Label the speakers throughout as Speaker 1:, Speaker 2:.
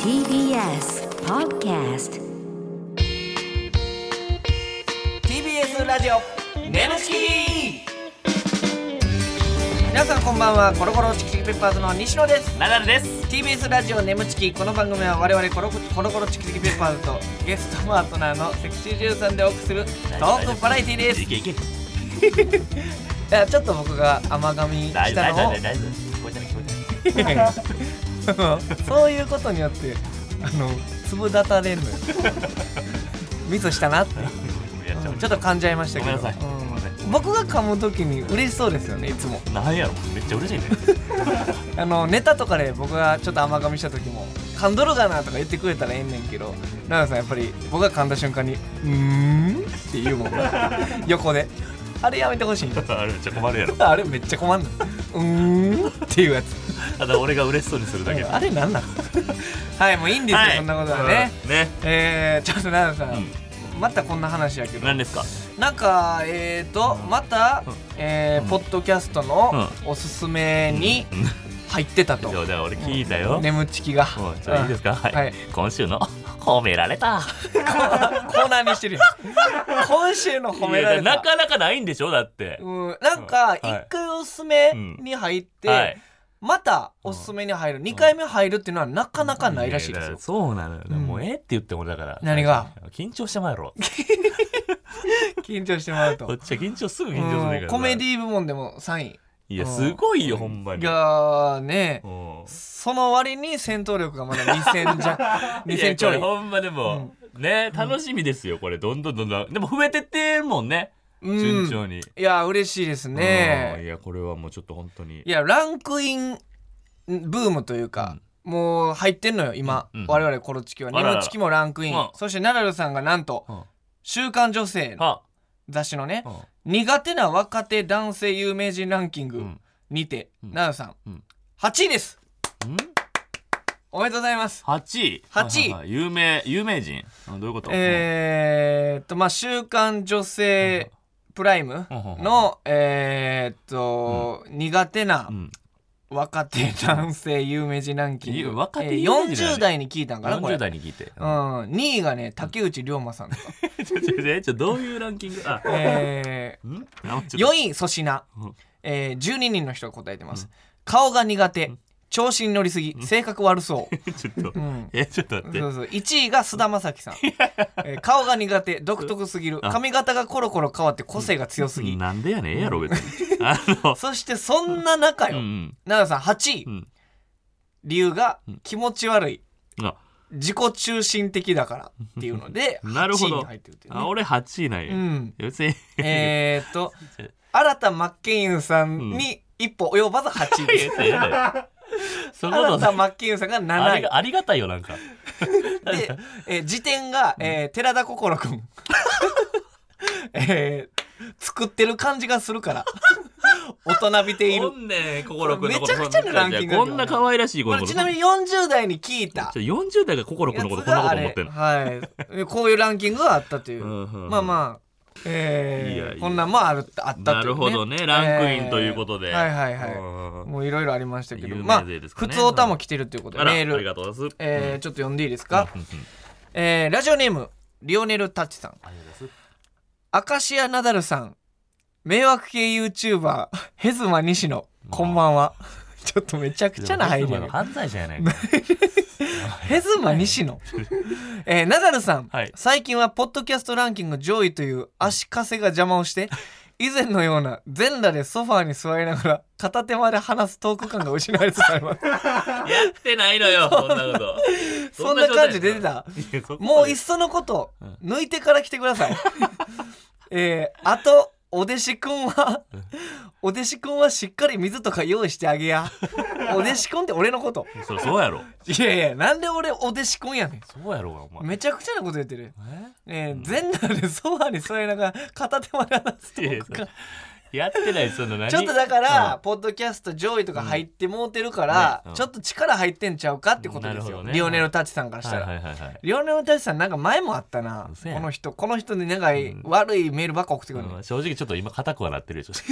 Speaker 1: TBS Podcast
Speaker 2: TBS ラジオネムチキ皆さんこんばんはコロコロチキチキペッパーズの西野です
Speaker 3: ナダルです。
Speaker 2: TBS ラジオネムチキこの番組は我々コロコロコロチキチキペッパーズとゲストパートナーのセクシージュさんでお送りするトークバラエティーです
Speaker 3: い
Speaker 2: い
Speaker 3: けいけ。
Speaker 2: やちょっと僕が甘噛み
Speaker 3: 大
Speaker 2: し
Speaker 3: 丈
Speaker 2: た
Speaker 3: 夫
Speaker 2: のを
Speaker 3: 大丈夫大丈夫。聞こえてない聞こえてない。
Speaker 2: そういうことによってあの粒立たれるのよミスしたなって
Speaker 3: やっちゃう
Speaker 2: ちょっと噛んじゃいましたけど
Speaker 3: ごめんなさい
Speaker 2: うん
Speaker 3: ごめんなさい
Speaker 2: 僕が噛む時に嬉しそうですよねいつも
Speaker 3: なんやろめっちゃ 嬉しいね。
Speaker 2: あのネタとかで僕がちょっと甘噛みした時も「噛んどるがな」とか言ってくれたらええねんけど奈良さんやっぱり僕が噛んだ瞬間に「うーん?」って言う もん横であれやめてほしい の
Speaker 3: あれめっちゃ困るやろ。
Speaker 2: あれめっちゃ困んの「うーん?」っていうやつ
Speaker 3: ただ俺が嬉しそうにするだけ。
Speaker 2: あれなん なんはいもういいんですよ、
Speaker 3: はい
Speaker 2: そんなことはね、
Speaker 3: うんね。
Speaker 2: えー、ちょっと奈良さん、
Speaker 3: うん
Speaker 2: またこんな話やけど
Speaker 3: 何ですか。
Speaker 2: なんかえーとまた、
Speaker 3: うん
Speaker 2: えーポッドキャストのおすすめに入ってたと、
Speaker 3: じゃあじゃあ俺聞いたよ。
Speaker 2: 眠ちきが
Speaker 3: もうちょっといいですか。
Speaker 2: は
Speaker 3: はいい。今週の褒められた。
Speaker 2: コーナーにしてるよ 今週の褒められ
Speaker 3: いや
Speaker 2: た
Speaker 3: なかなかないんでしょだって。
Speaker 2: うん、なんか一回おすすめに入って、
Speaker 3: はい。
Speaker 2: またおすすめに入る、二回目入るっていうのはなかなかないらしいで
Speaker 3: や
Speaker 2: す
Speaker 3: や
Speaker 2: よ
Speaker 3: そうなのよ。もうええって言って俺だから。
Speaker 2: 何が
Speaker 3: 緊張してまうやろ。
Speaker 2: 緊張してもらうと
Speaker 3: こっちは緊張すぐ緊張するんだけ
Speaker 2: うん
Speaker 3: ど。
Speaker 2: コメデ
Speaker 3: ィ。
Speaker 2: ィ部門でも3位
Speaker 3: いやすごいよほんま
Speaker 2: い
Speaker 3: に。
Speaker 2: やーね
Speaker 3: うん
Speaker 2: その割に戦闘力がまだ2000じゃ
Speaker 3: い
Speaker 2: 2000
Speaker 3: や
Speaker 2: ちょ
Speaker 3: これ
Speaker 2: い
Speaker 3: ほんまでも、ね楽しみですよこれどんどんどんどんでも増えてってるもんね、
Speaker 2: うん
Speaker 3: 順調に
Speaker 2: いや嬉しいです
Speaker 3: うんい
Speaker 2: ね
Speaker 3: やこれはもうちょっと本当に
Speaker 2: いやランクインブームというか、もう入ってんのよ今、
Speaker 3: うんうん
Speaker 2: 我々コロチキは
Speaker 3: あらら
Speaker 2: ネムチキもランクイン、
Speaker 3: うん
Speaker 2: そしてナダルさんがなんと
Speaker 3: うん
Speaker 2: 「週刊女性」の
Speaker 3: は
Speaker 2: 雑誌のね
Speaker 3: うん
Speaker 2: 苦手な若手男性有名人ランキン
Speaker 3: う
Speaker 2: グ
Speaker 3: ん
Speaker 2: にて、
Speaker 3: うん
Speaker 2: ナダルさん、
Speaker 3: うん
Speaker 2: 8位です
Speaker 3: うん
Speaker 2: おめでとうございます
Speaker 3: 8位
Speaker 2: 八位
Speaker 3: はいはいはい有名有名人うんどういうこと
Speaker 2: えー、っとまあ「週刊女性プライム
Speaker 3: うんうん
Speaker 2: の、えー、っと、苦手な
Speaker 3: うん
Speaker 2: 若手男性有名人ランキン
Speaker 3: いや
Speaker 2: グ
Speaker 3: 若手
Speaker 2: え
Speaker 3: 有
Speaker 2: ー
Speaker 3: 名人だね
Speaker 2: 40代に聞いたんかなこれ
Speaker 3: 40代に聞いて、
Speaker 2: うん、2位がね竹内涼真さんとか、
Speaker 3: ちょちょちょちょどういうランキングあ
Speaker 2: え
Speaker 3: うんあち
Speaker 2: ー、
Speaker 3: ょっと
Speaker 2: 4位粗品、
Speaker 3: うん
Speaker 2: えー、12人の人が答えてます、顔が苦手調子に乗りすぎ性格悪そ
Speaker 3: ちょっと
Speaker 2: う、うん、
Speaker 3: えちょっと待って
Speaker 2: そうそう1位が菅田将暉さ ん、えー顔が苦手独特すぎる
Speaker 3: あ
Speaker 2: 髪型がコロコロ変わって個性が強すぎ、
Speaker 3: なんでやねんええやろ別にあの
Speaker 2: そしてそんな中
Speaker 3: うん
Speaker 2: よ、
Speaker 3: うん
Speaker 2: 奈良さん8位、
Speaker 3: うん
Speaker 2: 理由が
Speaker 3: うん
Speaker 2: 気持ち悪い
Speaker 3: あ
Speaker 2: 自己中心的だからっていうので
Speaker 3: なるほ
Speaker 2: 8
Speaker 3: ど
Speaker 2: 位に入ってるっていう、ね
Speaker 3: あ、俺8位なんや、
Speaker 2: う
Speaker 3: い
Speaker 2: ん
Speaker 3: や別 に
Speaker 2: えーっと新田真剣佑さんに一歩及ばず8位です、
Speaker 3: いやいやそのこ
Speaker 2: 新
Speaker 3: と
Speaker 2: 田真剣佑さんが
Speaker 3: あ
Speaker 2: 7
Speaker 3: り
Speaker 2: 位
Speaker 3: がありがたいよなんか
Speaker 2: で、えー、辞典が、えー寺田心君 えー作ってる感じがするから 大人びてい
Speaker 3: お
Speaker 2: る
Speaker 3: んねん心くんのこと
Speaker 2: めちゃくちゃなランキングだよ
Speaker 3: こんな可愛らしい
Speaker 2: こ
Speaker 3: 心
Speaker 2: れ
Speaker 3: くん
Speaker 2: ちなみに40代に聞いた
Speaker 3: 40代が心くんのことこんなこと思ってんの
Speaker 2: はいえこういうランキングがあったという
Speaker 3: うんうんうん
Speaker 2: まあまあえー
Speaker 3: いやいや
Speaker 2: こんなんもあるあったという、ね、
Speaker 3: なるほどねランクインということで
Speaker 2: えーはいはいは
Speaker 3: う
Speaker 2: い
Speaker 3: んうんうん
Speaker 2: もういろいろありましたけど、
Speaker 3: 有
Speaker 2: まあ
Speaker 3: 名勢ですか
Speaker 2: 普
Speaker 3: ね
Speaker 2: 通オタも来てるということで
Speaker 3: あらあ
Speaker 2: メール
Speaker 3: りが、とうございます
Speaker 2: えーちょっと読んでいいですか、
Speaker 3: うんうんうん
Speaker 2: えーラジオネームリオネル・タッチさん
Speaker 3: ありがとうございます
Speaker 2: アカシア・ナダルさん迷惑系 YouTuber ヘズマ西野こんばんは ちょっとめちゃくちゃな入り
Speaker 3: で
Speaker 2: や
Speaker 3: も
Speaker 2: けど
Speaker 3: 犯罪者 やないか
Speaker 2: ヘズマ西野。 えーナダルさん、
Speaker 3: はい
Speaker 2: 最近はポッドキャストランキング上位という足かせが邪魔をして、以前のような全裸でソファーに座りながら片手まで話すトーク感が失われつつあり ます。
Speaker 3: やってないのよ そんなこと
Speaker 2: そんな感じ出てた
Speaker 3: いやそこまで
Speaker 2: もういっそのこと、抜いてから来てくだ さい。えーあと、お弟子くんは、お弟子くんはしっかり水とか用意してあげや。お弟子くんって俺のこと。
Speaker 3: そりゃそうやろ
Speaker 2: いやいや、なんで俺お弟子くんやね
Speaker 3: そうやろお前
Speaker 2: ん。めちゃくちゃなこと言ってる。え
Speaker 3: え
Speaker 2: ー、全裸でソファーに座りながら片手まで話すと
Speaker 3: いやいや
Speaker 2: 僕が
Speaker 3: やってないその何
Speaker 2: ちょっとだから、
Speaker 3: うん
Speaker 2: ポッドキャスト上位とか入ってもうてるから、
Speaker 3: うんねうん
Speaker 2: ちょっと力入ってんちゃうかってことです
Speaker 3: なる
Speaker 2: よ、
Speaker 3: ほどね
Speaker 2: リオネル・タッチさんからした
Speaker 3: はい
Speaker 2: ら、
Speaker 3: はいはいはい
Speaker 2: リオネル・タッチさんなんか前もあったな
Speaker 3: 嘘やん
Speaker 2: この人この人でなんか悪いメールばっか送ってくるの、
Speaker 3: うん正直ちょっと今硬く はなってるでしょ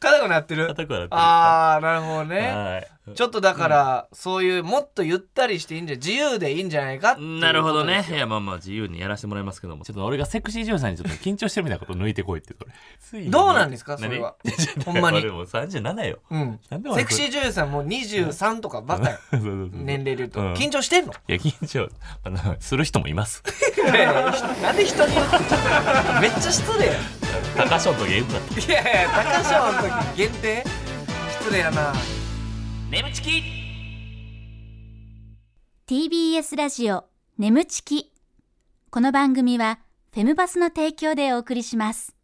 Speaker 2: 硬くなってる
Speaker 3: 硬くはなってる
Speaker 2: あーなるほどね
Speaker 3: はい
Speaker 2: ちょっとだから、そういうもっとゆったりしていいんじゃ自由でいいんじゃないかっていう
Speaker 3: なるほどねいやまあまあ自由にやらせてもらいますけどもちょっと俺がセクシー女優さんにちょっと緊張してるみたいなこと抜いてこいってそれ
Speaker 2: どうなんですかそれは ほんまに
Speaker 3: 俺もう37よ
Speaker 2: うん
Speaker 3: なんで俺
Speaker 2: セクシー女優さんもう23とかばっかや
Speaker 3: そうそうそうそう
Speaker 2: 年齢で言うと
Speaker 3: うん
Speaker 2: 緊張してん の
Speaker 3: いや緊張あのする人もいます
Speaker 2: ねえなんで人に言ってめっちゃ失礼やん
Speaker 3: 高翔とゲームだった
Speaker 2: いやいや高翔の時限定失礼やな
Speaker 3: 眠ちき
Speaker 4: TBS ラジオ眠ちきこの番組はフェムバスの提供でお送りします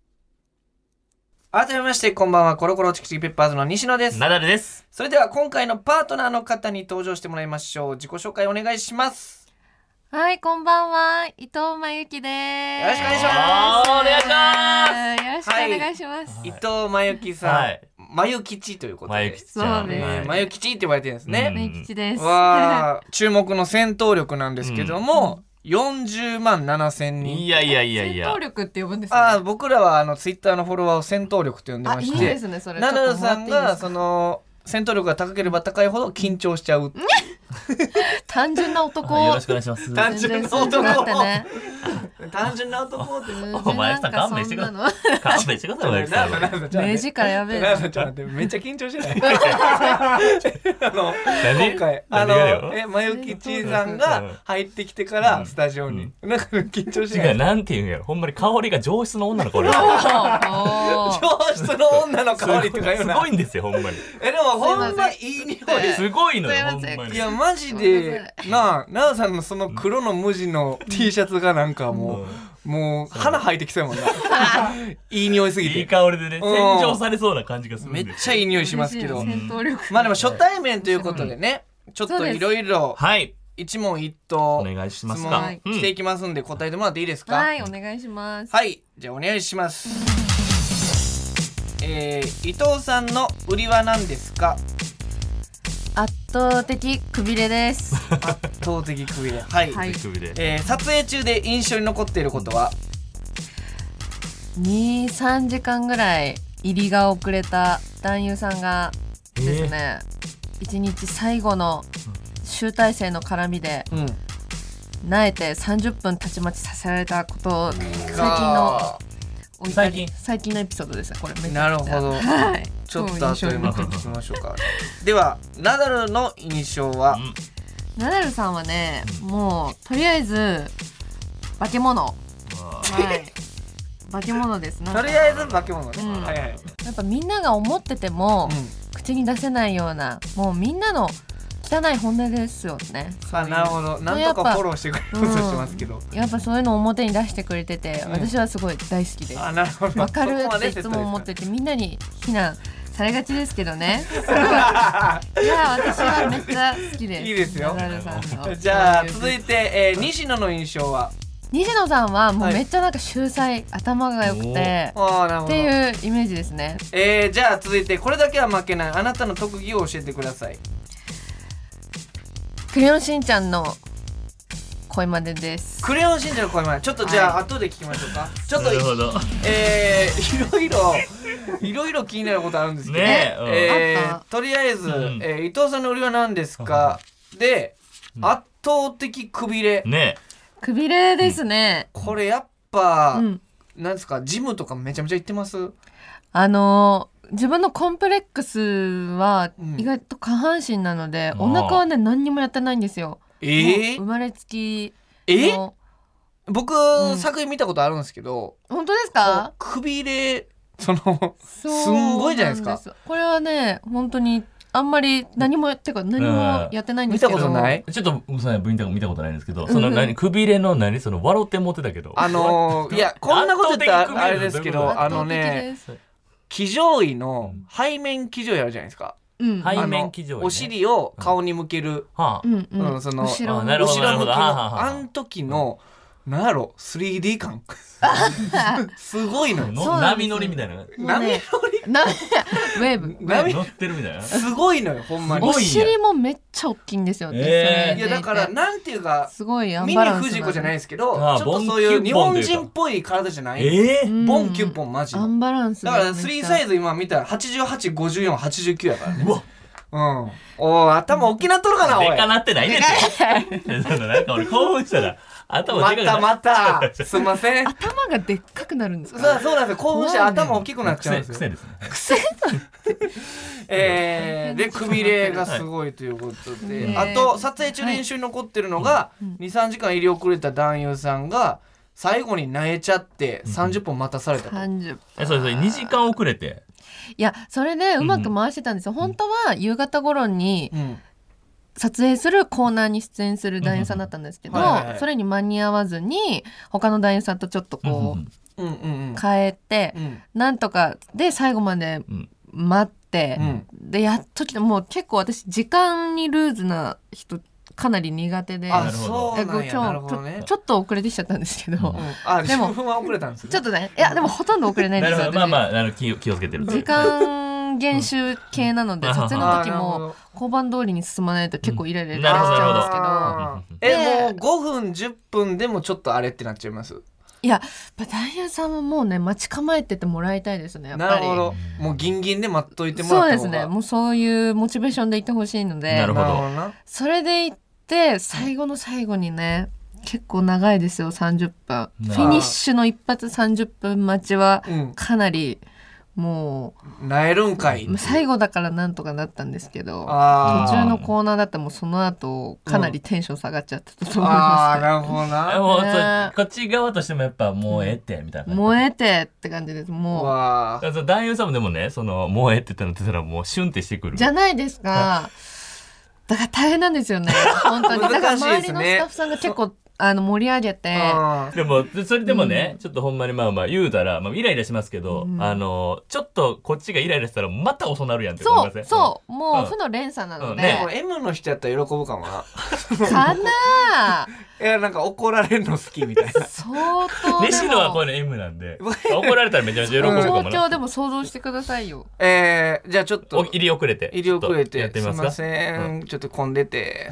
Speaker 2: 改めましてこんばんはコロコロチキチキペッパーズの西野です
Speaker 3: ナダルです
Speaker 2: それでは今回のパートナーの方に登場してもらいましょう自己紹介お願いします
Speaker 5: はい、こんばんは。伊藤真由紀です。。
Speaker 2: よろしくお願いします
Speaker 3: お願いします
Speaker 5: よろしくお願いします。
Speaker 2: 伊藤真由紀さん、
Speaker 3: はい
Speaker 2: 真由吉ということで
Speaker 3: まゆきちゃ
Speaker 5: そ
Speaker 3: ん
Speaker 5: うね
Speaker 3: はい
Speaker 2: 真由吉って呼ばれてるんですね、
Speaker 3: い
Speaker 5: 真由吉です。
Speaker 2: わあ注目の戦闘力なんですけども、40万7千
Speaker 3: い
Speaker 2: 人
Speaker 3: やいやいやい
Speaker 5: 戦
Speaker 3: や
Speaker 5: 闘力って呼ぶんですね。
Speaker 2: ああ僕らはあのツイッターのフォロワーを戦闘力と呼んで
Speaker 5: あ
Speaker 2: ま
Speaker 5: い
Speaker 2: し
Speaker 5: い
Speaker 2: て
Speaker 5: ですね。それ。
Speaker 2: ナダルさんが
Speaker 5: ち
Speaker 2: そ
Speaker 5: ょっともらっていいですか
Speaker 2: の戦闘力が高ければ高いほど緊張しちゃう
Speaker 5: 単純な男。
Speaker 3: よろしくお願い します
Speaker 2: 単
Speaker 5: 全
Speaker 2: 純
Speaker 5: 然
Speaker 2: な
Speaker 5: そ
Speaker 2: 男
Speaker 5: うだってね。
Speaker 2: 単純な男 って
Speaker 3: お前さ勘弁してくだ
Speaker 5: さ
Speaker 3: 勘弁してくださ い
Speaker 2: なん
Speaker 3: ね
Speaker 2: だなんだちょっと待って
Speaker 5: い。目力やべえ
Speaker 2: なんだ
Speaker 5: な。
Speaker 2: ちょっと待ってめっちゃ緊張してない あの
Speaker 3: 何
Speaker 2: 今回あ
Speaker 3: 何がよ
Speaker 2: のえまゆきちさんが入ってきてからスタジオになんか緊張してな
Speaker 3: 違う
Speaker 2: い
Speaker 3: なんていうんやろほんまに香りが上質の女の子俺
Speaker 5: おーおー
Speaker 2: 上質の女の 香りとか言う
Speaker 3: す
Speaker 2: な
Speaker 3: ごいんですよほんまに
Speaker 2: えでもほんまいい匂い
Speaker 3: すごいのよほん
Speaker 5: すいま
Speaker 3: ま
Speaker 5: せん
Speaker 2: い
Speaker 3: に
Speaker 2: やマジでなあ奈良さんのその黒の無地の T シャツがなんかもうもう花生えてきそうやもんないい匂いすぎ
Speaker 3: いい
Speaker 2: て
Speaker 3: 香りでね
Speaker 2: うん
Speaker 3: 洗浄されそうな感じがするん
Speaker 2: めっ
Speaker 3: です
Speaker 2: ちゃいい匂いしますけど
Speaker 5: 嬉しい戦闘力。
Speaker 2: まあでも初対面ということでねちょっといろいろ
Speaker 3: はい
Speaker 2: 一問一
Speaker 3: お
Speaker 2: 答
Speaker 3: 願いしま
Speaker 2: 質
Speaker 3: す
Speaker 2: 問
Speaker 3: かう
Speaker 2: してい
Speaker 3: ん
Speaker 2: きますんで答えてもらっていいですか
Speaker 5: はい、お願いします。
Speaker 2: はいじゃあお願いしますえー、伊藤さんの売りは何ですか
Speaker 5: 圧倒的くびれです。
Speaker 2: 圧倒的クイアはい、
Speaker 5: はい
Speaker 3: 手首で
Speaker 2: えー撮影中で印象に残っていることは
Speaker 5: 二三時間ぐらい入りが遅れた男優さんがですね、一日最後の集大成の絡みで
Speaker 2: うん
Speaker 5: なえて30分たちまちさせられたことを最近のお怒り
Speaker 3: 最近
Speaker 5: 最近のエピソードですねこれめちゃくちゃ
Speaker 2: なるほど
Speaker 5: はい
Speaker 2: ちょっと後でま
Speaker 5: もう印
Speaker 2: た
Speaker 5: 象に残っ
Speaker 2: 聞きましょうかではナダルの印象は
Speaker 3: うん
Speaker 5: てナダルさんはねもうとりあえず化け物は
Speaker 3: あ
Speaker 5: い 化け物ですなん
Speaker 2: と
Speaker 5: か
Speaker 2: りあえず化け物ね、
Speaker 5: うん
Speaker 2: はいはい、
Speaker 5: やっぱみんなが思ってても、口に出せないようなもうみんなの汚い本音ですよね
Speaker 2: まあなるほどなんとかフォローしてくれようとしてますけど、
Speaker 5: やっぱそういうのを表に出してくれてて、
Speaker 2: うん
Speaker 5: 私はすごい大好きです
Speaker 2: あなるほど
Speaker 5: わかる
Speaker 2: そこま
Speaker 5: っ
Speaker 2: で
Speaker 5: てい
Speaker 2: 説明で
Speaker 5: つ
Speaker 2: す
Speaker 5: も
Speaker 2: か
Speaker 5: 思っててみんなに非難されがちですけ どねすごいいや私はめっちゃ好きです
Speaker 2: いいですよ
Speaker 5: ナダルさんの
Speaker 2: じゃあ
Speaker 5: そういう
Speaker 2: 続いて、えー、西野の印象は
Speaker 5: 西野さんはも
Speaker 2: は
Speaker 5: う
Speaker 2: い
Speaker 5: めっちゃなんか秀才頭が良くて
Speaker 2: ああなる
Speaker 5: っ
Speaker 2: ほど
Speaker 5: ていうイメージですね
Speaker 2: えー、じゃあ続いてこれだけは負けないあなたの特技を教えてください
Speaker 5: クレヨンしんちゃんの声真似です
Speaker 2: クレヨンしんちゃんの声までちょっとじゃあ
Speaker 5: は
Speaker 2: 後で聞きましょう かちょっ
Speaker 3: な
Speaker 2: と
Speaker 3: るほど
Speaker 2: えー、いろいろいろいろ気になることあるんですけど、
Speaker 3: ね
Speaker 2: え
Speaker 5: あ
Speaker 2: ー
Speaker 5: った
Speaker 2: とりあえず、
Speaker 3: ん
Speaker 2: えー伊藤さんの売りは何ですかで圧倒的くびれ、
Speaker 3: ね
Speaker 5: くびれですね、
Speaker 2: これやっぱ、
Speaker 5: うん
Speaker 2: なんですかジムとかめちゃめちゃ行ってます
Speaker 5: あのー自分のコンプレックスは
Speaker 2: うん
Speaker 5: 意外と下半身なので、
Speaker 3: あー
Speaker 5: お腹はね何にもやってないんですよ。
Speaker 2: えー、
Speaker 5: もう生まれつき
Speaker 2: えー、
Speaker 5: の
Speaker 2: 僕、
Speaker 5: ん
Speaker 2: 作品見たことあるんですけど
Speaker 5: 本当ですか
Speaker 2: こうくびれその
Speaker 5: そう
Speaker 2: すんごいじゃないですか
Speaker 5: んこれはね本当にあんまり何もってか何もやってないんで
Speaker 2: 見
Speaker 5: す
Speaker 2: た
Speaker 5: けど、
Speaker 2: ことない
Speaker 3: ちょっとごめんなさい VTR 見たことないんですけど
Speaker 5: ん
Speaker 3: その何くびれの何その笑ってもってたけど
Speaker 2: あ のーいやこんなこと言った
Speaker 3: 圧
Speaker 2: らあ
Speaker 3: 倒
Speaker 2: れ
Speaker 3: 的くびれ
Speaker 2: ですけ
Speaker 3: どうい
Speaker 2: ど
Speaker 3: うこ
Speaker 2: あのね
Speaker 5: 圧倒的です
Speaker 2: 騎乗位の背面騎乗位あるじゃないですか
Speaker 5: うん
Speaker 3: はい
Speaker 2: あの
Speaker 3: 背面騎乗位ね
Speaker 2: お尻を顔に向ける、
Speaker 3: はあ
Speaker 5: うんうん
Speaker 2: うんその
Speaker 5: 後ろ
Speaker 3: あなるほど
Speaker 2: 後ろ向きの
Speaker 3: はあはあは
Speaker 2: あ
Speaker 3: あ
Speaker 2: ん時のなんやろ 3D 感 すごいのよ
Speaker 3: の
Speaker 5: そうなんで
Speaker 3: 波
Speaker 5: す
Speaker 3: 乗りみたいな
Speaker 5: もうねな ウェーブウェーブ
Speaker 2: 波
Speaker 3: 乗ってるみたいな
Speaker 2: すごいのよほんまに
Speaker 3: ごい
Speaker 5: お
Speaker 3: んや
Speaker 5: 尻もめっちゃ大きいんですよ、ね
Speaker 3: えー
Speaker 5: そ
Speaker 2: い
Speaker 5: れ
Speaker 2: やだからなんていうか
Speaker 5: すごいアン
Speaker 2: ミ
Speaker 5: バ
Speaker 2: ニ
Speaker 5: ランス
Speaker 2: 藤子じゃない
Speaker 5: い
Speaker 2: ですけど
Speaker 3: ああ
Speaker 2: ちょっとそういう日
Speaker 3: ボン
Speaker 2: 本
Speaker 3: キュ
Speaker 2: 人
Speaker 3: ッポンというか
Speaker 2: っぽい体じゃない
Speaker 3: ええ
Speaker 2: ボンキュッポンマジ
Speaker 5: ア
Speaker 2: の
Speaker 5: ンバランス
Speaker 2: だから3サイ
Speaker 5: ズ
Speaker 2: ズ今見たら885489やからね
Speaker 3: うわ
Speaker 2: うん。おい、頭沖なっと るかな、おい。
Speaker 3: でかなってないねんて。そんななんか俺興奮したら、頭
Speaker 2: ま
Speaker 3: でかくな
Speaker 2: たまた。 すんません。
Speaker 5: 頭がでっかくなるんです
Speaker 2: そ
Speaker 5: か
Speaker 2: うそうなんですよ。興奮して
Speaker 5: 怖いね
Speaker 2: 頭大きくなっちゃうん
Speaker 3: 癖
Speaker 2: ですよ。
Speaker 3: 癖ですね。
Speaker 2: え ー、でくびれがすごいということで、
Speaker 5: はい
Speaker 2: あと撮影中に印象に残ってるのが、23時間入り遅れた男優さんが最後に泣えちゃって30分待たされたと、
Speaker 5: 30
Speaker 3: え、そうそう、2時間遅れて。
Speaker 5: いやそれでうまく回してたんですよ、本当は夕方頃に
Speaker 2: うん
Speaker 5: 撮影するコーナーに出演する男優さんだったんですけど、
Speaker 2: うんはいはいはい
Speaker 5: それに間に合わずに他の男優さんとちょっとこう
Speaker 2: うんうんうん
Speaker 5: 変えて、
Speaker 2: うん
Speaker 5: なんとかで最後まで
Speaker 3: うん
Speaker 5: 待って、
Speaker 2: うん
Speaker 5: でやっと来てもう結構私時間にルーズな人かなり苦手で
Speaker 2: あ
Speaker 3: なるほど
Speaker 2: そうなん
Speaker 5: え
Speaker 2: や
Speaker 5: こう
Speaker 2: なるほどね
Speaker 5: ちょっと遅れてきちゃったんですけど、
Speaker 2: う
Speaker 3: ょ
Speaker 2: んあ
Speaker 5: でも
Speaker 2: 10分は遅れたんですね
Speaker 5: ちょっとねいやでもほとんど遅れないん
Speaker 3: な
Speaker 5: です
Speaker 3: る
Speaker 5: よ
Speaker 3: ほど。まあ
Speaker 5: 私
Speaker 3: まあ、あの気を気をつけてる。
Speaker 5: 時間厳守系なので、
Speaker 3: うん
Speaker 5: 撮影
Speaker 2: あ
Speaker 5: の
Speaker 2: ー
Speaker 5: 時
Speaker 2: なるほ
Speaker 5: も
Speaker 2: ど
Speaker 5: 交番通りに進まないと結構イライラしち
Speaker 3: なるほどなる
Speaker 5: ゃう
Speaker 3: ほ
Speaker 5: ん
Speaker 3: ど
Speaker 5: ですけど、
Speaker 2: あー
Speaker 5: で
Speaker 2: えもう5分10分でもちょっとあれってなっちゃいます
Speaker 5: いや、やっぱ男優さんももうね待ち構えててもらいたいですねやっぱ
Speaker 2: なる
Speaker 5: り
Speaker 2: ほどもうギンギンで待っといてもらっ
Speaker 5: そ
Speaker 2: た
Speaker 5: うで
Speaker 2: 方
Speaker 5: す
Speaker 2: が
Speaker 5: ねもうそういうモチベーションで行ってほしいので
Speaker 3: なるほど
Speaker 2: な
Speaker 5: それで行って最後の最後にね結構長いですよ30分フ
Speaker 3: な
Speaker 5: ィニッシュの一発30分待ちは
Speaker 2: うん
Speaker 5: かなりも、
Speaker 2: なえるんかいう
Speaker 5: まあ最後だからなんとかなったんですけど
Speaker 2: あ
Speaker 5: 途
Speaker 2: ー
Speaker 5: 中のコーナーだったらもうその後かなりテンション下がっちゃってたと思い
Speaker 2: あ
Speaker 5: ま
Speaker 2: あなるほど
Speaker 3: あ
Speaker 2: な
Speaker 3: もうそ
Speaker 5: ね
Speaker 3: うこっち側としてもやっぱもうええってみたい
Speaker 5: す、
Speaker 3: な。
Speaker 5: 燃
Speaker 3: え。
Speaker 5: えてって感じですも
Speaker 2: わあ
Speaker 3: 男優さんもでもね、そのもうええって言ったらもうシュンってしてく
Speaker 5: う
Speaker 3: る。
Speaker 5: じゃないですかだから大変なんですよね本当にだから
Speaker 2: 難しい
Speaker 5: 周
Speaker 2: で
Speaker 5: り
Speaker 2: すね
Speaker 5: のスタッフさんが結構あの盛り上げて
Speaker 2: あ
Speaker 3: でもそれでもね、ちょっとほんまにまあまあ言うたら、まあ、イライラしますけど、あのちょっとこっちがイライラしたらまた遅なるやんって
Speaker 5: そ
Speaker 3: 思いませ
Speaker 5: うんそうも
Speaker 3: うん
Speaker 5: う負の連鎖なの
Speaker 3: うん
Speaker 5: で、
Speaker 2: でも
Speaker 3: ね
Speaker 2: M の人やったら喜ぶかもな。
Speaker 5: か なあ
Speaker 2: いやなんか怒られるの好き みたいな。
Speaker 5: 相当で
Speaker 3: 西野はこ
Speaker 5: も
Speaker 3: れ M なんで怒られたらめちゃめちゃ喜ぶかも
Speaker 5: 東
Speaker 3: な、
Speaker 5: 京でも想像してくださいよ
Speaker 2: えー、じゃあちょっ
Speaker 3: お
Speaker 2: と
Speaker 3: 入り遅れて
Speaker 2: 入り遅れて
Speaker 3: ちょっとや
Speaker 2: す
Speaker 3: って
Speaker 2: み
Speaker 3: み
Speaker 2: ま
Speaker 3: ますか
Speaker 2: せん、ちょっと混んでて、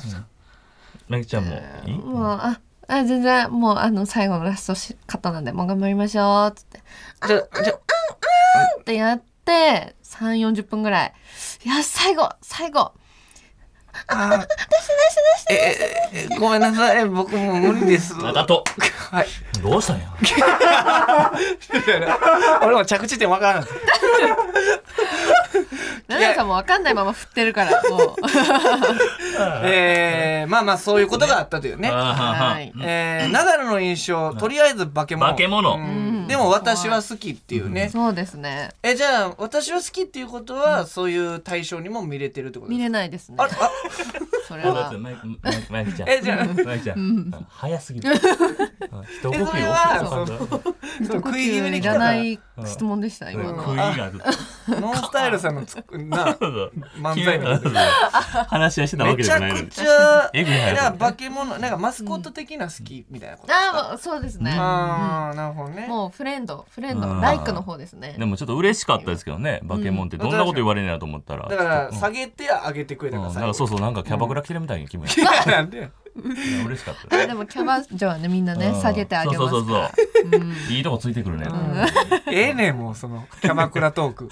Speaker 3: なぎちゃんもいい、
Speaker 5: もうああ全然もうあの最後のラストし方なんでもう頑張りましょうっつって
Speaker 2: じゃあじゃ
Speaker 5: ってやって3四4 0分ぐらいいや最後最後
Speaker 2: ああ出して出して出してえーえーごめんなさい僕もう無理です。
Speaker 3: あだと
Speaker 2: はい。
Speaker 3: どうしたんや
Speaker 2: 俺も着地点わからなかっ
Speaker 5: ナナさんも分かんないまま振ってるからもう
Speaker 2: た。えー、まあまあそういうことがあったというね。
Speaker 3: あ
Speaker 5: はい
Speaker 2: えー、ナダルの印象とりあえず化け物。
Speaker 3: 化け物
Speaker 2: うんでも私は好きっていうね。
Speaker 5: そうですね
Speaker 2: えじゃあ私は好きっていうことは、そういう対象にも見れてるってこと
Speaker 5: 見
Speaker 2: です
Speaker 5: れ
Speaker 2: か
Speaker 5: ないですね
Speaker 2: あれあ
Speaker 5: それ
Speaker 3: あだっ
Speaker 5: は
Speaker 3: てマイクマイクマイクちゃん
Speaker 2: えじゃあ
Speaker 3: マイクちゃん早す ぎる一呼吸
Speaker 2: えそれ
Speaker 3: 遅
Speaker 2: は
Speaker 3: く感じ
Speaker 2: そう食い気味に
Speaker 5: い
Speaker 2: 来
Speaker 5: ら
Speaker 2: た
Speaker 5: な
Speaker 2: ら
Speaker 5: い質問でした今の
Speaker 3: 食いが ずっと
Speaker 2: ノンスタイルさんのつくな漫才 の
Speaker 3: 話し合いしてたわけ
Speaker 2: め
Speaker 3: じ
Speaker 2: ちゃ
Speaker 3: ゃないの
Speaker 2: く
Speaker 3: に
Speaker 2: ちゃ
Speaker 3: えぐい早さ
Speaker 2: な化け物なんかマスコット的な好きみたいなことですか
Speaker 5: あもうそうですね
Speaker 2: あーなるほどね
Speaker 5: もうフレンドフレン
Speaker 3: う
Speaker 5: ド
Speaker 3: ん
Speaker 5: ライクの方ですね
Speaker 3: でもちょっと嬉しかったですけどね化け物ってどんなこと言われるんやと思ったら
Speaker 2: だから下げて上げてくれ
Speaker 3: う
Speaker 2: た
Speaker 3: ん
Speaker 2: か
Speaker 3: う
Speaker 2: ら最
Speaker 3: んなんかそう
Speaker 2: 後
Speaker 3: そうなんかキャバクラ来てるみたい に君い
Speaker 2: いやなんで
Speaker 3: や嬉しかった
Speaker 5: あでもキャバ嬢はねみんなね
Speaker 3: うん
Speaker 5: 下げてあげま
Speaker 3: そう
Speaker 5: す
Speaker 3: そう
Speaker 5: か
Speaker 3: そうそういいとこついてくるね
Speaker 2: ええねんもうそのキャバクラトーク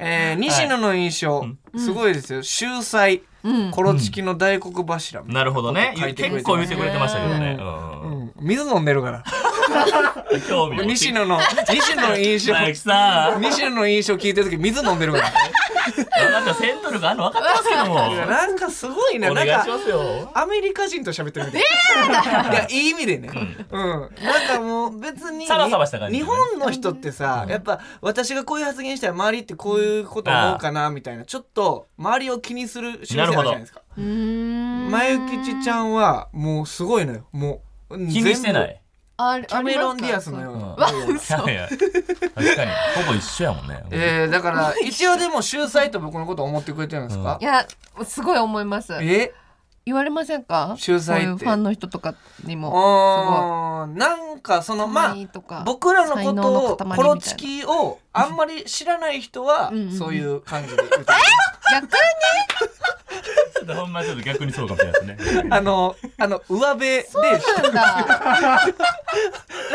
Speaker 2: えー西野の印象すごいですよ秀才コロチキの大黒柱みたい
Speaker 3: なるほどね
Speaker 2: 書いてくれてます
Speaker 3: 結構言ってくれてましたけどね
Speaker 2: なうん水飲んでるから
Speaker 3: うん興味を持って
Speaker 2: 西野の西野の 印象
Speaker 3: 佐々木さん
Speaker 2: 西野の印象聞いてる時水飲んでる から
Speaker 3: あなんかセントルがあるの分かってます けども
Speaker 2: いやなんかすごいね
Speaker 3: お
Speaker 2: な
Speaker 3: 願
Speaker 2: ん
Speaker 3: いし
Speaker 2: か
Speaker 3: ますよ
Speaker 2: アメリカ人と喋ってるみたいいやいい意味でねうん、なんかもう別に
Speaker 3: サバサバした感じ
Speaker 2: 日
Speaker 3: ね
Speaker 2: 本の人ってさ、やっぱ私がこういう発言したら周りってこういうこと思うかなみたいなちょっと周りを気にする習性あるじゃないですか
Speaker 5: うーん
Speaker 2: 前吉ちゃんはもうすごいのよもう
Speaker 3: 気にしてない
Speaker 5: あれ
Speaker 2: 全部キャメロン・ディアスのよう
Speaker 3: うん
Speaker 2: な、
Speaker 3: いやいや確かにほぼ一緒やもんね
Speaker 2: えー、だから一応でも秀才と僕のこと思ってくれてるんですか
Speaker 5: い、やすごい思います
Speaker 2: え
Speaker 5: 言われませんか
Speaker 2: 秀才って
Speaker 5: こういうファンの人とかにも
Speaker 2: あーなんかその
Speaker 5: すごい
Speaker 2: まあ
Speaker 5: 可愛いとか
Speaker 2: 僕らのこ
Speaker 5: 才能
Speaker 2: とを
Speaker 5: の塊みたいな
Speaker 2: コロチキをあんまり知らない人は
Speaker 5: うんうんうん
Speaker 2: そういう感じで歌う
Speaker 5: 逆に
Speaker 3: ちょっとほんまちょっと逆にそうかもしれないですね。
Speaker 2: あのあの上辺で
Speaker 5: なんだ。
Speaker 2: ただ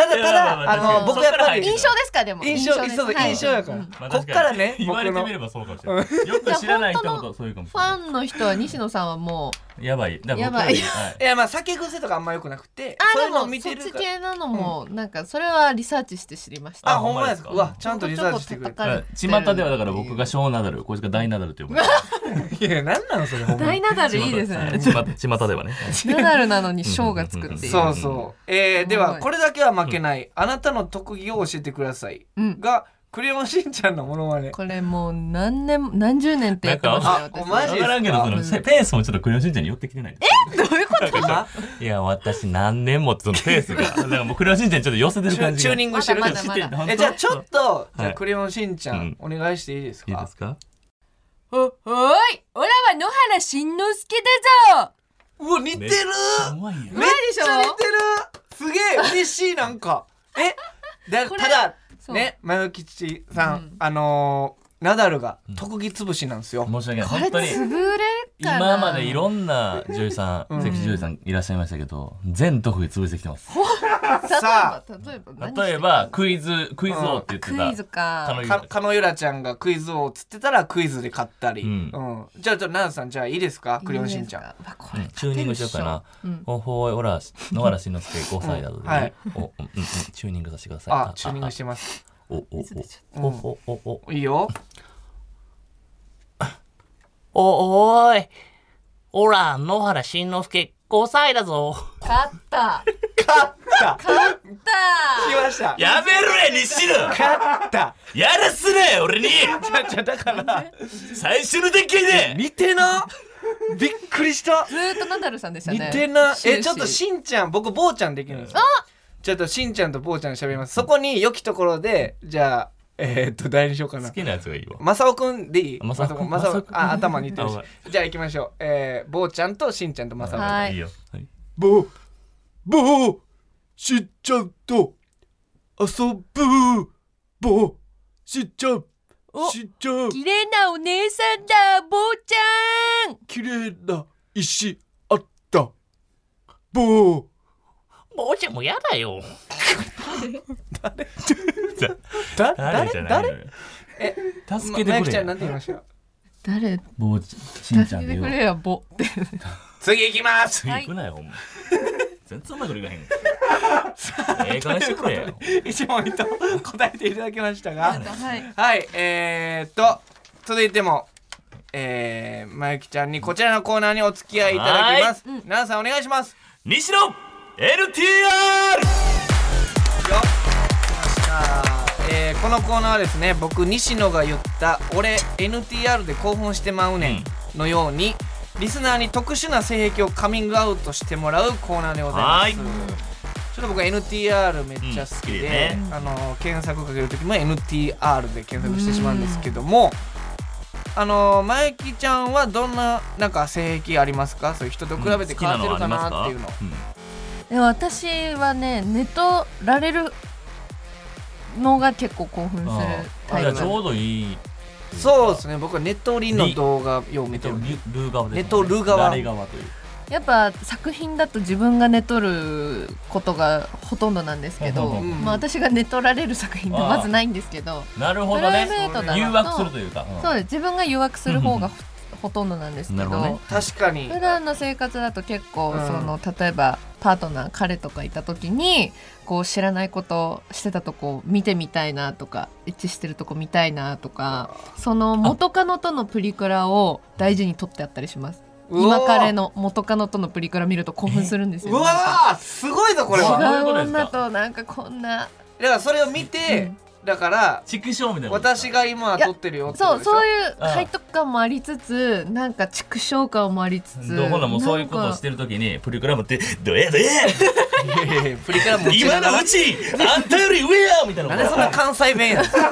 Speaker 2: た
Speaker 3: いやまあま
Speaker 2: だあ
Speaker 3: あ確か
Speaker 2: の
Speaker 3: に
Speaker 2: 僕やっぱり
Speaker 5: 印象ですかでも。
Speaker 2: 印象
Speaker 5: です
Speaker 2: そう
Speaker 5: はい
Speaker 2: 印象やから
Speaker 3: まあ
Speaker 2: こっからね
Speaker 3: 言
Speaker 2: 僕
Speaker 3: われて
Speaker 2: の
Speaker 3: みればそうかもしれない。よく知らない人ほどそういうかもし
Speaker 5: フ
Speaker 3: れな
Speaker 5: ァンの人は西野さんはもう
Speaker 3: い。やばい。だから僕
Speaker 5: やばい
Speaker 3: はい
Speaker 2: いやまあ酒癖とかあんま良くなくて
Speaker 5: あ
Speaker 2: そうい
Speaker 5: で
Speaker 2: うの
Speaker 5: も
Speaker 2: を見
Speaker 5: そ
Speaker 2: て
Speaker 5: っ
Speaker 2: る
Speaker 5: ち
Speaker 2: から
Speaker 5: 系なのもなんかそれはリサーチして知りました。
Speaker 2: あほんまですか
Speaker 3: あほ
Speaker 2: うん
Speaker 3: まですか
Speaker 2: わちゃんとリサーチしてくれた
Speaker 5: あ
Speaker 3: はい巷ではだから僕が小ナダル、こいつが大ナダル って呼ばれて
Speaker 2: いや何なのそれほんま
Speaker 5: 大
Speaker 2: に
Speaker 5: ナダル
Speaker 3: る。
Speaker 5: いいですね。
Speaker 3: 巷はい巷巷で はね。
Speaker 5: ナダルなのにショーがつくっていう。
Speaker 2: そうそうえーで
Speaker 5: す
Speaker 2: は
Speaker 5: ごい
Speaker 2: これだけは負けないあなたの特技を教えてください
Speaker 5: うん。
Speaker 2: がクレヨンしんちゃんのモノマネ
Speaker 5: これもう何年何十年ってやってましたよ
Speaker 2: なんか
Speaker 5: 私
Speaker 2: あマジ
Speaker 3: わ
Speaker 2: で
Speaker 3: からんけど、その
Speaker 5: すか
Speaker 3: ペースもちょっとクレヨンしんちゃんに寄ってきてないえ
Speaker 5: どういうこと
Speaker 2: あ
Speaker 3: いや、私何年もってそのペースが。だからもうクレヨンしんちゃんにちょっと寄せてる
Speaker 2: チュ
Speaker 3: 感じ
Speaker 2: チュ
Speaker 3: が。
Speaker 2: ーニングしてる
Speaker 5: まだまだまだ
Speaker 3: 知ってんだ
Speaker 2: えじゃあちょっとじゃあ
Speaker 3: はい
Speaker 2: クレヨンしんちゃんお願いしていいです
Speaker 3: いいで
Speaker 2: か
Speaker 3: すか
Speaker 5: お、おいオラは野原しんのすけだぞ
Speaker 2: うわ似てる
Speaker 3: うまいやん
Speaker 2: めっちゃ似てるすげえ嬉しいなんかえだ
Speaker 5: こ
Speaker 2: た
Speaker 5: れ
Speaker 2: だ
Speaker 5: そう
Speaker 2: ねマヨキチさん、
Speaker 5: うん
Speaker 2: あのーナダルが特技潰しなんですよ、
Speaker 3: 申し訳ない。
Speaker 5: これ
Speaker 3: 本当に。
Speaker 5: 潰れるかな
Speaker 3: 今までいろんな女優さん、
Speaker 2: ん
Speaker 3: セクシー女優さんいらっしゃいましたけど、全特技潰してきてます。
Speaker 2: さあ
Speaker 5: 例えば例えば何してた
Speaker 3: 例えば、クイズ、クイズ王って言って
Speaker 5: クイズ
Speaker 3: た。
Speaker 5: か
Speaker 3: 彼
Speaker 2: か
Speaker 3: 女
Speaker 2: かのゆらちゃんがクイズ王っつってたらクイズで勝ったり、
Speaker 3: う
Speaker 2: うんんじゃあちょっとナダさんじゃあいいですかクレヨンしんちゃん
Speaker 5: いいですかわこ
Speaker 3: う
Speaker 5: れ
Speaker 3: んチューニングしようかな
Speaker 5: う。ん
Speaker 3: ほほい、おら、野原しんのすけ5歳だとね。
Speaker 2: はい
Speaker 3: お、うんうんうんチューニングさせてください。
Speaker 2: あチューニングしてます
Speaker 3: あお、お、お、お、お、お、お、
Speaker 2: いいよ
Speaker 6: お、おーい。おら、野原しんのすけ、5歳だぞ。
Speaker 5: 勝った
Speaker 2: 勝った
Speaker 5: 勝っ
Speaker 2: 来ました
Speaker 3: やめろや、西野
Speaker 2: 勝った
Speaker 3: やらすなよ、俺に
Speaker 2: じゃあじゃあだから
Speaker 3: 最初の時で
Speaker 2: 似てな びっくりした
Speaker 5: たずーっとナダルさんでした
Speaker 2: 似
Speaker 5: ね
Speaker 2: てな
Speaker 5: 終
Speaker 2: え
Speaker 5: 始
Speaker 2: ちょっとしんちゃん僕坊ちゃんできるんですよちょっとしんちゃんと坊ちゃん喋りますそこに良きところでじゃあえーっと誰にしようかな
Speaker 3: 好きなやつがいいわ。
Speaker 2: マサオくんでいい
Speaker 3: マサオくん
Speaker 2: マサオ
Speaker 3: マサオくん
Speaker 2: あ頭似てる
Speaker 3: あ
Speaker 2: し
Speaker 3: はい
Speaker 2: じゃあ行きましょうえー坊ちゃんとしんちゃんとマサオくん
Speaker 5: はい
Speaker 3: いいよ。はい
Speaker 2: ぼ、ぼ、しっちゃんと遊ぶ、ぼ、しっちゃん、しっちゃん、
Speaker 5: 綺麗なお姉さんだ坊ちゃん
Speaker 2: 綺麗な石あった。ぼ、
Speaker 6: 坊ちゃんもやだよ。
Speaker 2: だ、
Speaker 3: 誰
Speaker 2: 誰
Speaker 3: じゃない
Speaker 2: 誰
Speaker 3: え
Speaker 2: え、
Speaker 3: 助け
Speaker 2: ま
Speaker 3: て
Speaker 2: まゆき
Speaker 3: く
Speaker 2: ちゃん
Speaker 3: れ
Speaker 2: なん。て言いました
Speaker 5: 誰
Speaker 3: もう、しんち
Speaker 5: 助
Speaker 3: ゃん
Speaker 5: け
Speaker 3: で
Speaker 5: て
Speaker 3: よ
Speaker 5: く。れよ坊って
Speaker 2: 次行きます
Speaker 3: 次行くなよ、ほんま。全然うまいこといか へん。ええ加減してくれよ。
Speaker 2: 一問一答答えていただきましたが、
Speaker 5: はい
Speaker 2: はい、えーっと、続いても、えー、まゆきちゃんにこちらのコーナーにお付き合いいただきます。ななさんお願いします。
Speaker 3: 西野 !LTR!
Speaker 2: よっえーこのコーナーはですね僕西野が言った「俺 NTR で興奮してまうねん」のようにリスナーに特殊な性癖をカミングアウトしてもらうコーナーでございます
Speaker 3: はーい
Speaker 2: ちょっと僕は NTR めっちゃ好き
Speaker 3: うん好き
Speaker 2: で,、
Speaker 3: でね
Speaker 2: あの検索かける時も NTR で検索してしまうんですけどもあのまゆきちゃんはどんななんか性癖ありますかそういう人と比べて変わってるかなっていうの
Speaker 3: 好きなのは
Speaker 5: でも私はね寝とられるのが結構興奮する
Speaker 3: ありますか
Speaker 5: タ
Speaker 3: うん。あ
Speaker 5: イプ
Speaker 3: あちょうどいい。
Speaker 2: そうですね僕はネトリの動画よう見
Speaker 3: ネ
Speaker 2: て
Speaker 3: ト
Speaker 2: る
Speaker 3: ルー側ですね。
Speaker 2: ネトル側
Speaker 3: 誰側という。
Speaker 5: やっぱ作品だと自分が寝とることがほとんどなんですけど、
Speaker 3: うん
Speaker 5: まあ、私が寝とられる作品ってまずないんですけど
Speaker 3: なるほどね
Speaker 5: プライベートだ。な
Speaker 3: 誘惑するというか。うん
Speaker 5: そうです自分が誘惑する方がほほとんどなんですけ
Speaker 3: なる
Speaker 5: ど
Speaker 3: ほどね
Speaker 2: 確かに
Speaker 5: 普段の生活だと結構
Speaker 2: うん
Speaker 5: その、例えばパートナー彼とかいた時にこう知らないことしてたとこ見てみたいなとか一致してるとこ見たいなとかその元カノとのプリクラを大事に撮ってあったりします今彼の元カノとのプリクラ見ると興奮するんです
Speaker 2: う
Speaker 5: よ
Speaker 2: わ
Speaker 5: なんか
Speaker 2: ーすごいぞこれ
Speaker 3: ー
Speaker 2: は
Speaker 5: 違う女となんかこんな
Speaker 2: だからそれを見てだから
Speaker 3: 畜生みたいなことです
Speaker 2: 私
Speaker 3: か。
Speaker 2: が今撮ってるよってこと
Speaker 5: そ
Speaker 2: で
Speaker 5: う
Speaker 2: しょ
Speaker 5: そういう
Speaker 3: ああ
Speaker 5: 背徳感もありつつなんか畜生感もありつつ
Speaker 3: どうほらもうそういうことをしてるときにプリクラムってどやど や
Speaker 2: いやいやプリクラ持ち
Speaker 3: 今
Speaker 2: なが
Speaker 3: の
Speaker 2: ら
Speaker 3: うちあんたより上やみたい
Speaker 2: な
Speaker 3: な
Speaker 2: ん
Speaker 3: こ
Speaker 2: でそんな
Speaker 3: と
Speaker 2: 関西弁やねん
Speaker 5: なんか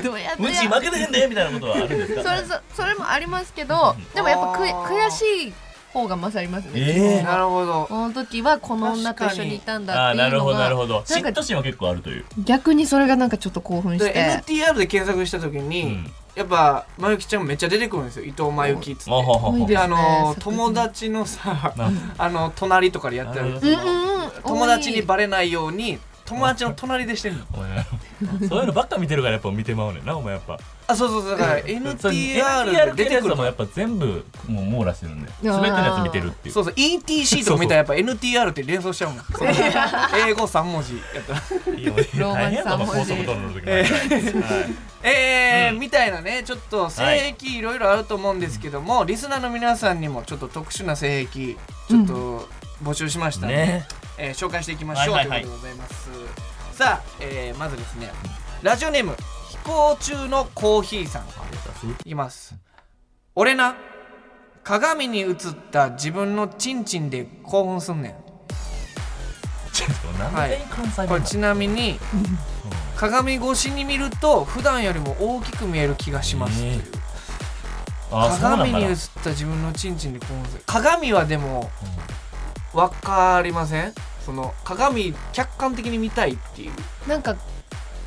Speaker 5: どうやって
Speaker 3: うち負けてへんでみたいなことはあるんです
Speaker 5: そ
Speaker 3: か
Speaker 5: れそそれもありますけどでもやっぱくい
Speaker 2: あー
Speaker 5: 悔しい方が勝りますね。
Speaker 3: え
Speaker 5: 基本
Speaker 2: な
Speaker 5: は
Speaker 2: るほど
Speaker 5: この時はこの女と一緒にいたんだ
Speaker 3: あ
Speaker 5: っ
Speaker 3: あ
Speaker 5: て
Speaker 3: な
Speaker 5: いう
Speaker 3: る
Speaker 5: の
Speaker 3: ほどなる
Speaker 5: が
Speaker 3: ほど
Speaker 5: な
Speaker 3: 嫉
Speaker 5: んか
Speaker 3: 妬心は結構あるという
Speaker 5: 逆にそれがなんかちょっと興奮し
Speaker 2: で
Speaker 5: て
Speaker 2: NTR で検索した時に、
Speaker 3: うん
Speaker 2: やっぱまゆきちゃんめっちゃ出てくるんですよ伊藤まゆきっつって
Speaker 3: あはは
Speaker 5: 多い
Speaker 2: で
Speaker 5: です
Speaker 2: あの
Speaker 5: ね
Speaker 2: 友達のさ
Speaker 3: な
Speaker 2: あの隣とかでやってる
Speaker 3: なるほ
Speaker 5: う
Speaker 3: ど
Speaker 5: んうんうん
Speaker 2: 友達に
Speaker 5: 多い
Speaker 2: バレないように友達の隣でしてんの
Speaker 3: お前そういうのばっか見てるからやっぱ見てまうねんなお前やっぱ
Speaker 2: あそうそうそうだから
Speaker 3: そう
Speaker 2: NTR で出てくる
Speaker 3: もやっぱ全部もう網羅してるんで全てのやつ見てるっていう
Speaker 2: そうそう ETC とか見たらやっぱ NTR って連想しちゃ うもんその英語3文字やったら
Speaker 3: いいよいいよ
Speaker 5: ローマ
Speaker 3: 大変
Speaker 5: 字
Speaker 3: やった
Speaker 5: 三文字
Speaker 3: 高速道路の時
Speaker 2: え
Speaker 3: はい
Speaker 2: えーみたいなねちょっと性癖いろいろあると思うんですけども、リスナーの皆さんにもちょっと特殊な性癖ちょっと募集しましたね,、
Speaker 3: ね
Speaker 2: えー紹介していきましょう、
Speaker 3: はいはいはい
Speaker 2: ということでございますさあ、えーまずですねラジオネーム飛行中のコーヒーさんいきます俺な鏡に映った自分のチンチンで興奮すんねん
Speaker 3: ちょっとなんで関西弁
Speaker 2: こ
Speaker 3: な
Speaker 2: れ
Speaker 3: の
Speaker 2: ちなみに鏡越しに見ると普段よりも大きく見える気がしますという、
Speaker 3: えあそうなんかな
Speaker 2: 鏡に映った自分のチンチンで興奮する鏡はでも分かりませんその鏡客観的に見たいっていう
Speaker 5: なんか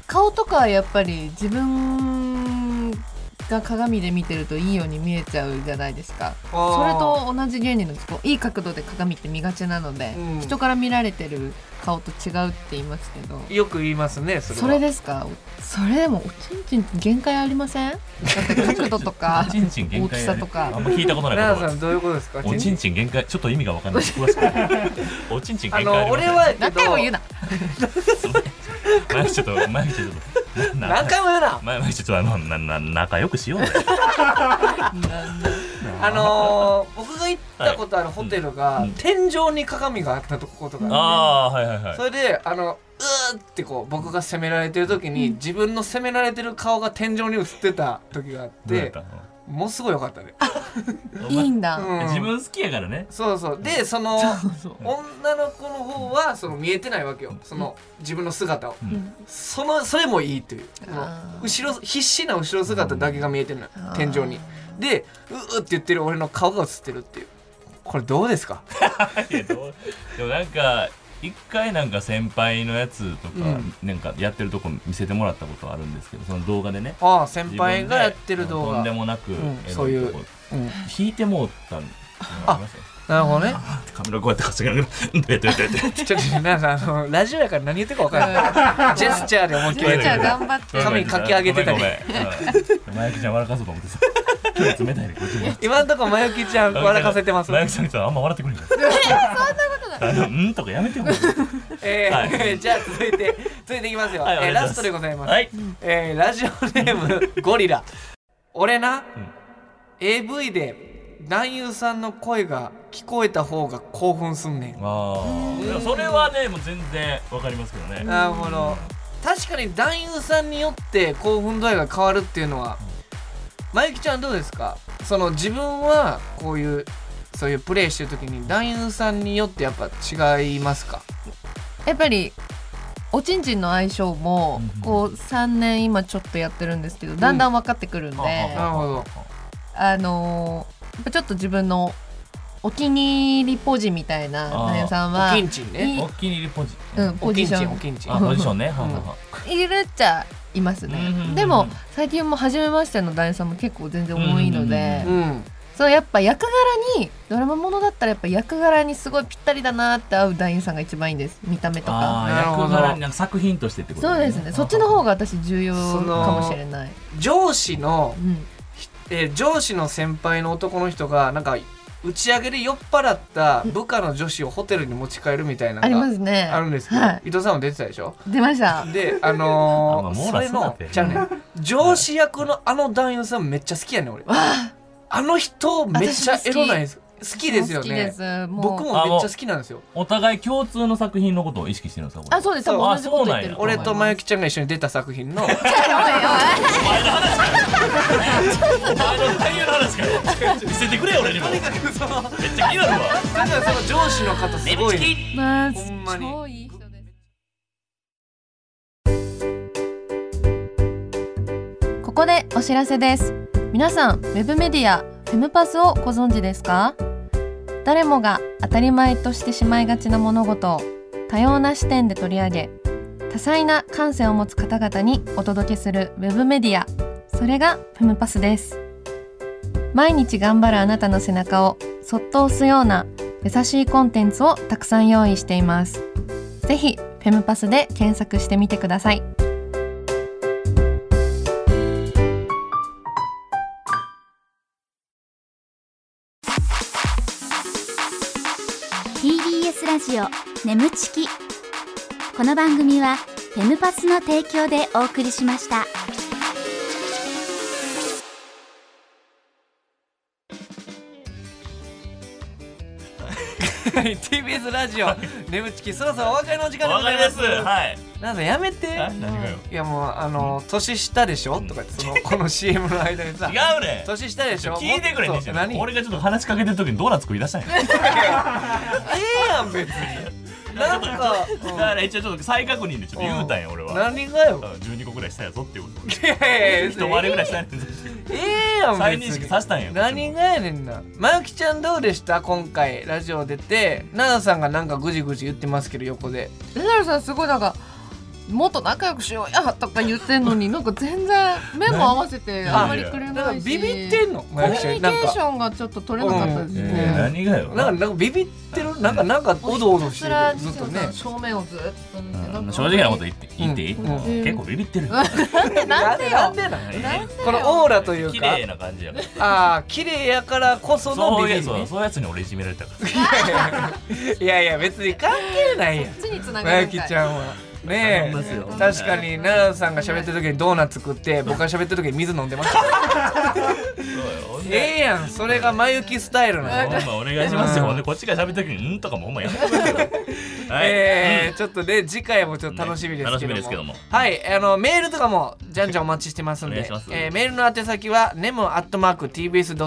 Speaker 5: 顔とかはやっぱり自分が鏡で見てるといいように見えちゃうじゃないですかそれと同じ原理なんですこういい角度で鏡って見がちなので、
Speaker 2: うん
Speaker 5: 人から見られてる顔と違うって言いますけど
Speaker 2: よく言いますねそれは
Speaker 5: それですかおそれでもおちんちんって限界ありませんだって角度とか
Speaker 3: ちんちん限界や
Speaker 5: 大きさ
Speaker 3: で
Speaker 5: とか
Speaker 3: あんま聞いたことない言
Speaker 2: 奈
Speaker 3: 葉
Speaker 2: 々
Speaker 3: で
Speaker 2: さ
Speaker 3: す
Speaker 2: んどういうことですか
Speaker 3: おちん
Speaker 2: チン
Speaker 3: ちん限界ちょっと意味がわかんない詳しくおちんちん
Speaker 2: あ
Speaker 3: 限界
Speaker 2: の俺はや
Speaker 5: 何
Speaker 2: けど
Speaker 5: 回も言うな
Speaker 3: 前ちょっと前ちょっとなな
Speaker 2: 何回も言うな
Speaker 3: 前前ちょっとあのなな仲良くしようね
Speaker 2: あのー、僕が行ったことあるホテルが、
Speaker 3: はいうん
Speaker 2: 天井に鏡があったとことか
Speaker 3: ああーはいはいはい
Speaker 2: それであのうーってこう僕が責められてる時に、自分の責められてる顔が天井に映ってた時があっ
Speaker 3: どうやってた
Speaker 2: もうすごい良かったね、
Speaker 3: のお
Speaker 5: い
Speaker 3: 前
Speaker 5: いんだ、
Speaker 2: うん
Speaker 3: 自分好きやからね
Speaker 2: そうそうでその女の子の方はその見えてないわけよその自分の姿を、
Speaker 3: ん
Speaker 2: そのそれもいいというその
Speaker 5: あー
Speaker 2: 後ろ必死な後ろ姿だけが見えてるのよ
Speaker 5: あ
Speaker 2: 天
Speaker 5: ー
Speaker 2: 井にでうーって言ってる俺の顔が映ってるっていうこれどうですか
Speaker 3: いやどうでもなんか一回なんか先輩のやつとか、
Speaker 2: うん
Speaker 3: なんかやってるとこ見せてもらったことあるんですけどその動画でね
Speaker 2: ああ先輩がやってる
Speaker 3: 自
Speaker 2: 動
Speaker 3: 分で
Speaker 2: 画
Speaker 3: とんでもなく、
Speaker 2: ん
Speaker 3: えー
Speaker 2: そういう
Speaker 3: とこ
Speaker 2: うん
Speaker 3: 引いてもうたのがありました
Speaker 2: なる
Speaker 3: よ
Speaker 2: ほどね
Speaker 3: カメラこうやって稼がなくなってやってやってやってやって
Speaker 2: ちょっとなんかあのラジオやから何言ってるか分から ないジェスチャーで思いっき
Speaker 5: じ
Speaker 2: り
Speaker 5: ゃ
Speaker 2: やって
Speaker 5: あじゃあ
Speaker 2: る
Speaker 5: 頑張って
Speaker 2: 髪かき上げてたり
Speaker 3: ごめんごめんうんマヤキちゃん笑かそうと思ってさ今日冷たいねこっちも
Speaker 2: 今んとこまゆきちゃん 笑かせてます
Speaker 3: マヤキちゃんさあんま笑ってくれ ないそんなことないうんとかやめても
Speaker 2: えー
Speaker 3: は
Speaker 2: じゃあ続いて続いていきますよ、
Speaker 3: はいお願
Speaker 2: えー
Speaker 3: いします
Speaker 2: ラストでございます、
Speaker 3: はい
Speaker 2: えーラジオネームゴリラ俺な、
Speaker 3: ん
Speaker 2: AV で男優さんの声が聞こえた方が興奮すんねん
Speaker 3: あーでもそれはねもう全然わかりますけどね
Speaker 2: なるほど確かに男優さんによって興奮度合いが変わるっていうのはまゆきちゃんどうですかその自分はこういうそういうプレイしてる時に男優さんによってやっぱ違いますか
Speaker 5: やっぱりおちんちんの相性も
Speaker 3: うんうん
Speaker 5: こう3年今ちょっとやってるんですけどだんだん分かってくるんで、
Speaker 3: うん
Speaker 2: なるほど
Speaker 5: あのーやっぱちょっと自分のお気に入りポジみたいな
Speaker 3: あー
Speaker 5: 男優さん
Speaker 2: お
Speaker 5: は
Speaker 2: きんちんね
Speaker 3: お気に入りポジ
Speaker 5: うん、
Speaker 2: お
Speaker 5: ポ
Speaker 2: き
Speaker 5: ジ
Speaker 2: ん
Speaker 5: シ
Speaker 2: ち
Speaker 5: ョ
Speaker 2: んお
Speaker 5: ン
Speaker 2: きんちん
Speaker 3: あポジションねはんはんはん
Speaker 5: いるっちゃいますね、
Speaker 3: うんうんうん
Speaker 5: でも最近も初めましての男優さんも結構全然多いので、
Speaker 3: う
Speaker 2: うん
Speaker 5: そうやっぱ役柄にドラマものだったらやっぱ役柄にすごいぴったりだなって合う男優さんが一番いいです見た目とか
Speaker 3: あ
Speaker 2: なるほ
Speaker 3: ー
Speaker 2: ど
Speaker 3: 役柄になんか作品としてってこと
Speaker 5: そうですねそっちの方
Speaker 3: が
Speaker 5: が私重要かもしれない、
Speaker 2: 上司の
Speaker 5: う、ん、
Speaker 2: えー上司の先輩の男の人がなんか打ち上げで酔っ払った部下の女子をホテルに持ち帰るみたいな
Speaker 5: ありま
Speaker 2: の
Speaker 5: すね
Speaker 2: があるんですけど、
Speaker 5: はい
Speaker 2: 伊藤さんも出てたでしょ
Speaker 5: 出ました
Speaker 2: で、あのー
Speaker 3: あまあ
Speaker 2: そ
Speaker 3: 網羅
Speaker 2: れ
Speaker 3: すなっ
Speaker 2: の
Speaker 3: て
Speaker 2: じゃあね上司役のあの男優さんめっちゃ好きやねん俺あの人めっちゃエロないです好きですよ
Speaker 5: 好きで
Speaker 2: ね
Speaker 5: すもう
Speaker 2: 僕もめっちゃ好きなんですよ
Speaker 3: お互い共通の作品のことを意識してるんですかこれ
Speaker 5: あそうです
Speaker 2: そう
Speaker 5: 多分同じこと言ってる
Speaker 3: あ
Speaker 5: 思い
Speaker 2: 俺
Speaker 5: ます
Speaker 2: とまゆきちゃんが一緒に出た作品 の
Speaker 3: お前の俳優の話から見せてくれよ俺にもめっち
Speaker 2: その
Speaker 3: ゃ気になるわ
Speaker 2: だからその上司の方すごいね
Speaker 5: まあ
Speaker 2: ほんまに
Speaker 5: 超いい人ですここでお知らせです皆さんウェブメディアフェムパスをご存知ですか誰もが当たり前としてしまいがちな物事を多様な視点で取り上げ多彩な感性を持つ方々にお届けするウェブメディアそれがフェムパスです毎日頑張るあなたの背中をそっと押すような優しいコンテンツをたくさん用意していますぜひフェムパスで検索してみてください
Speaker 4: ー TBS ラジオ眠ちきこの番組はフェムパスの提供でお送りしました
Speaker 2: はい TBS ラジオ眠ちきそろそろお別れの時間で
Speaker 3: わ
Speaker 2: ござ
Speaker 3: か
Speaker 2: い
Speaker 3: り
Speaker 2: ま
Speaker 3: ますす。はい。
Speaker 2: なんだやめて
Speaker 3: あ何がよ。
Speaker 2: いやもうあの年下でしょとか言ってそのこの CM の間にさ
Speaker 3: 違うねん。
Speaker 2: 年下でしょ
Speaker 3: 聞いてくれ
Speaker 2: もっ
Speaker 3: に
Speaker 2: と
Speaker 3: し
Speaker 2: 何
Speaker 3: 俺がちょっと話しかけてる時にドーナツ食い出したんや。
Speaker 2: ええやん 別になんか、
Speaker 3: だから一応ちょっと再確認でちょっと言うたんや俺
Speaker 2: うん
Speaker 3: は。
Speaker 2: 何がよ
Speaker 3: うん12個ぐらいしたやぞっていうこと。
Speaker 2: いやいや
Speaker 3: 一割ぐらいしたやつ。
Speaker 2: ええやん
Speaker 3: 再
Speaker 2: 別
Speaker 3: 認
Speaker 2: に
Speaker 3: 識させたんや。
Speaker 2: 何がやねんなまゆきちゃんどうでした今回ラジオ出て奈々さんがなんかぐじぐじ言ってますけど横で
Speaker 5: レナルさんすごいなんかもっと仲良くしようやとか言ってんの になんか全然目も合わせてあんまりくれ
Speaker 2: なんか
Speaker 5: ないし
Speaker 2: ビビってんの
Speaker 5: コ
Speaker 2: まゆ
Speaker 5: ミュ
Speaker 2: きちゃ
Speaker 5: ニ
Speaker 2: ん
Speaker 5: ケ
Speaker 2: なん
Speaker 5: ーシ
Speaker 2: か
Speaker 5: ョンがちょっと取れなかったです
Speaker 3: え
Speaker 5: ね、
Speaker 3: ー何がよ。
Speaker 2: なんかなんかビビってるなんかなんかおどおどしてる
Speaker 5: ら
Speaker 2: ずっとね
Speaker 5: 正面をずっと見て
Speaker 3: うん
Speaker 5: なんか
Speaker 3: 正直なこと言って言っていい、
Speaker 2: うん
Speaker 5: うん
Speaker 3: 結構ビビってる。
Speaker 5: なんでよ
Speaker 2: なんでなん
Speaker 5: なんでよ
Speaker 2: このオーラという
Speaker 3: 綺
Speaker 2: か
Speaker 3: 麗な感じやから。
Speaker 2: ああ綺麗やからこその
Speaker 3: そう
Speaker 2: ビ
Speaker 3: いう
Speaker 2: ビ
Speaker 3: そう
Speaker 2: り
Speaker 3: そういうやつに俺いじめられたから。
Speaker 2: いやいや別に関係ないやん
Speaker 5: こっちに繋
Speaker 2: ま
Speaker 5: が
Speaker 2: ゆ
Speaker 5: るん
Speaker 2: き
Speaker 5: かい
Speaker 2: ちゃんはね
Speaker 3: 頼みますよ
Speaker 2: え確かに奈良さんが喋ってる時にドーナツ食って僕が喋ってる時に水飲んでま した
Speaker 3: そうよ。
Speaker 2: ええやんそれがまゆきスタイルな
Speaker 3: ほ
Speaker 2: の
Speaker 3: んまお願いしま
Speaker 2: う
Speaker 3: す
Speaker 2: ん
Speaker 3: よ。ほんでこっちが喋った時に「ん?」とかもほんまやめてくれよはい、
Speaker 2: えーちょっとね次回もちょっと楽しみですけども,、
Speaker 3: ね楽しみですけども
Speaker 2: はいあのメールとかもじゃんじゃんお待ちしてますん
Speaker 3: お願
Speaker 2: で
Speaker 3: いします
Speaker 2: えーメールの宛先は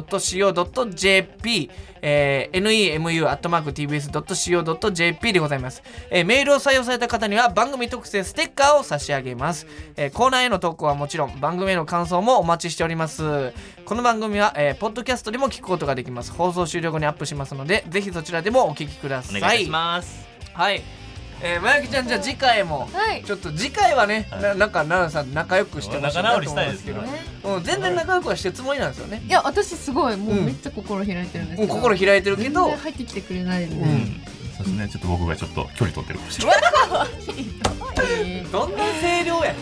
Speaker 2: nemu.tbs.co.jp、えー、nemu.tbs.co.jp でございます、えーメールを採用された方には番組特製ステッカーを差し上げます、えーコーナーへの投稿はもちろん番組への感想もお待ちしておりますこの番組は、えーポッドキャストでも聞くことができます放送終了後にアップしますのでぜひそちらでもお聞きくださ
Speaker 3: お
Speaker 2: い
Speaker 3: 願いします、
Speaker 2: はい。えー、まゆきちゃんじゃあ次回も、
Speaker 5: はい
Speaker 2: ちょっと次回はね、
Speaker 3: はい
Speaker 2: ななんか奈々さん仲良くしてほしいなと思うんですけど、
Speaker 3: 仲
Speaker 5: 直りしたい
Speaker 2: うん全然仲良くはしてるつもりなんですよね。
Speaker 5: いや私すごいもううんめっちゃ心開いてるんです
Speaker 2: もう
Speaker 5: けど、
Speaker 2: 心開いてるけ
Speaker 5: 全
Speaker 2: ど
Speaker 5: 然、入ってきてくれないんで、
Speaker 2: うん
Speaker 3: そうですねちょっと僕がちょっと距離取ってるかもしれない
Speaker 2: どんな声量や。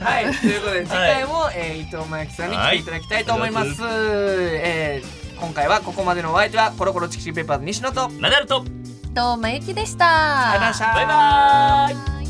Speaker 2: はい、ということで次回も、えー伊藤まゆきさんに来ていただきたいと思います。えー今回はここまでのお相手はコロコロチキチキペッパーズ西野と、ありがとう
Speaker 3: ナダルと
Speaker 5: とまゆきでし
Speaker 2: ございま
Speaker 5: た
Speaker 2: した。
Speaker 3: バイバーイ
Speaker 5: イ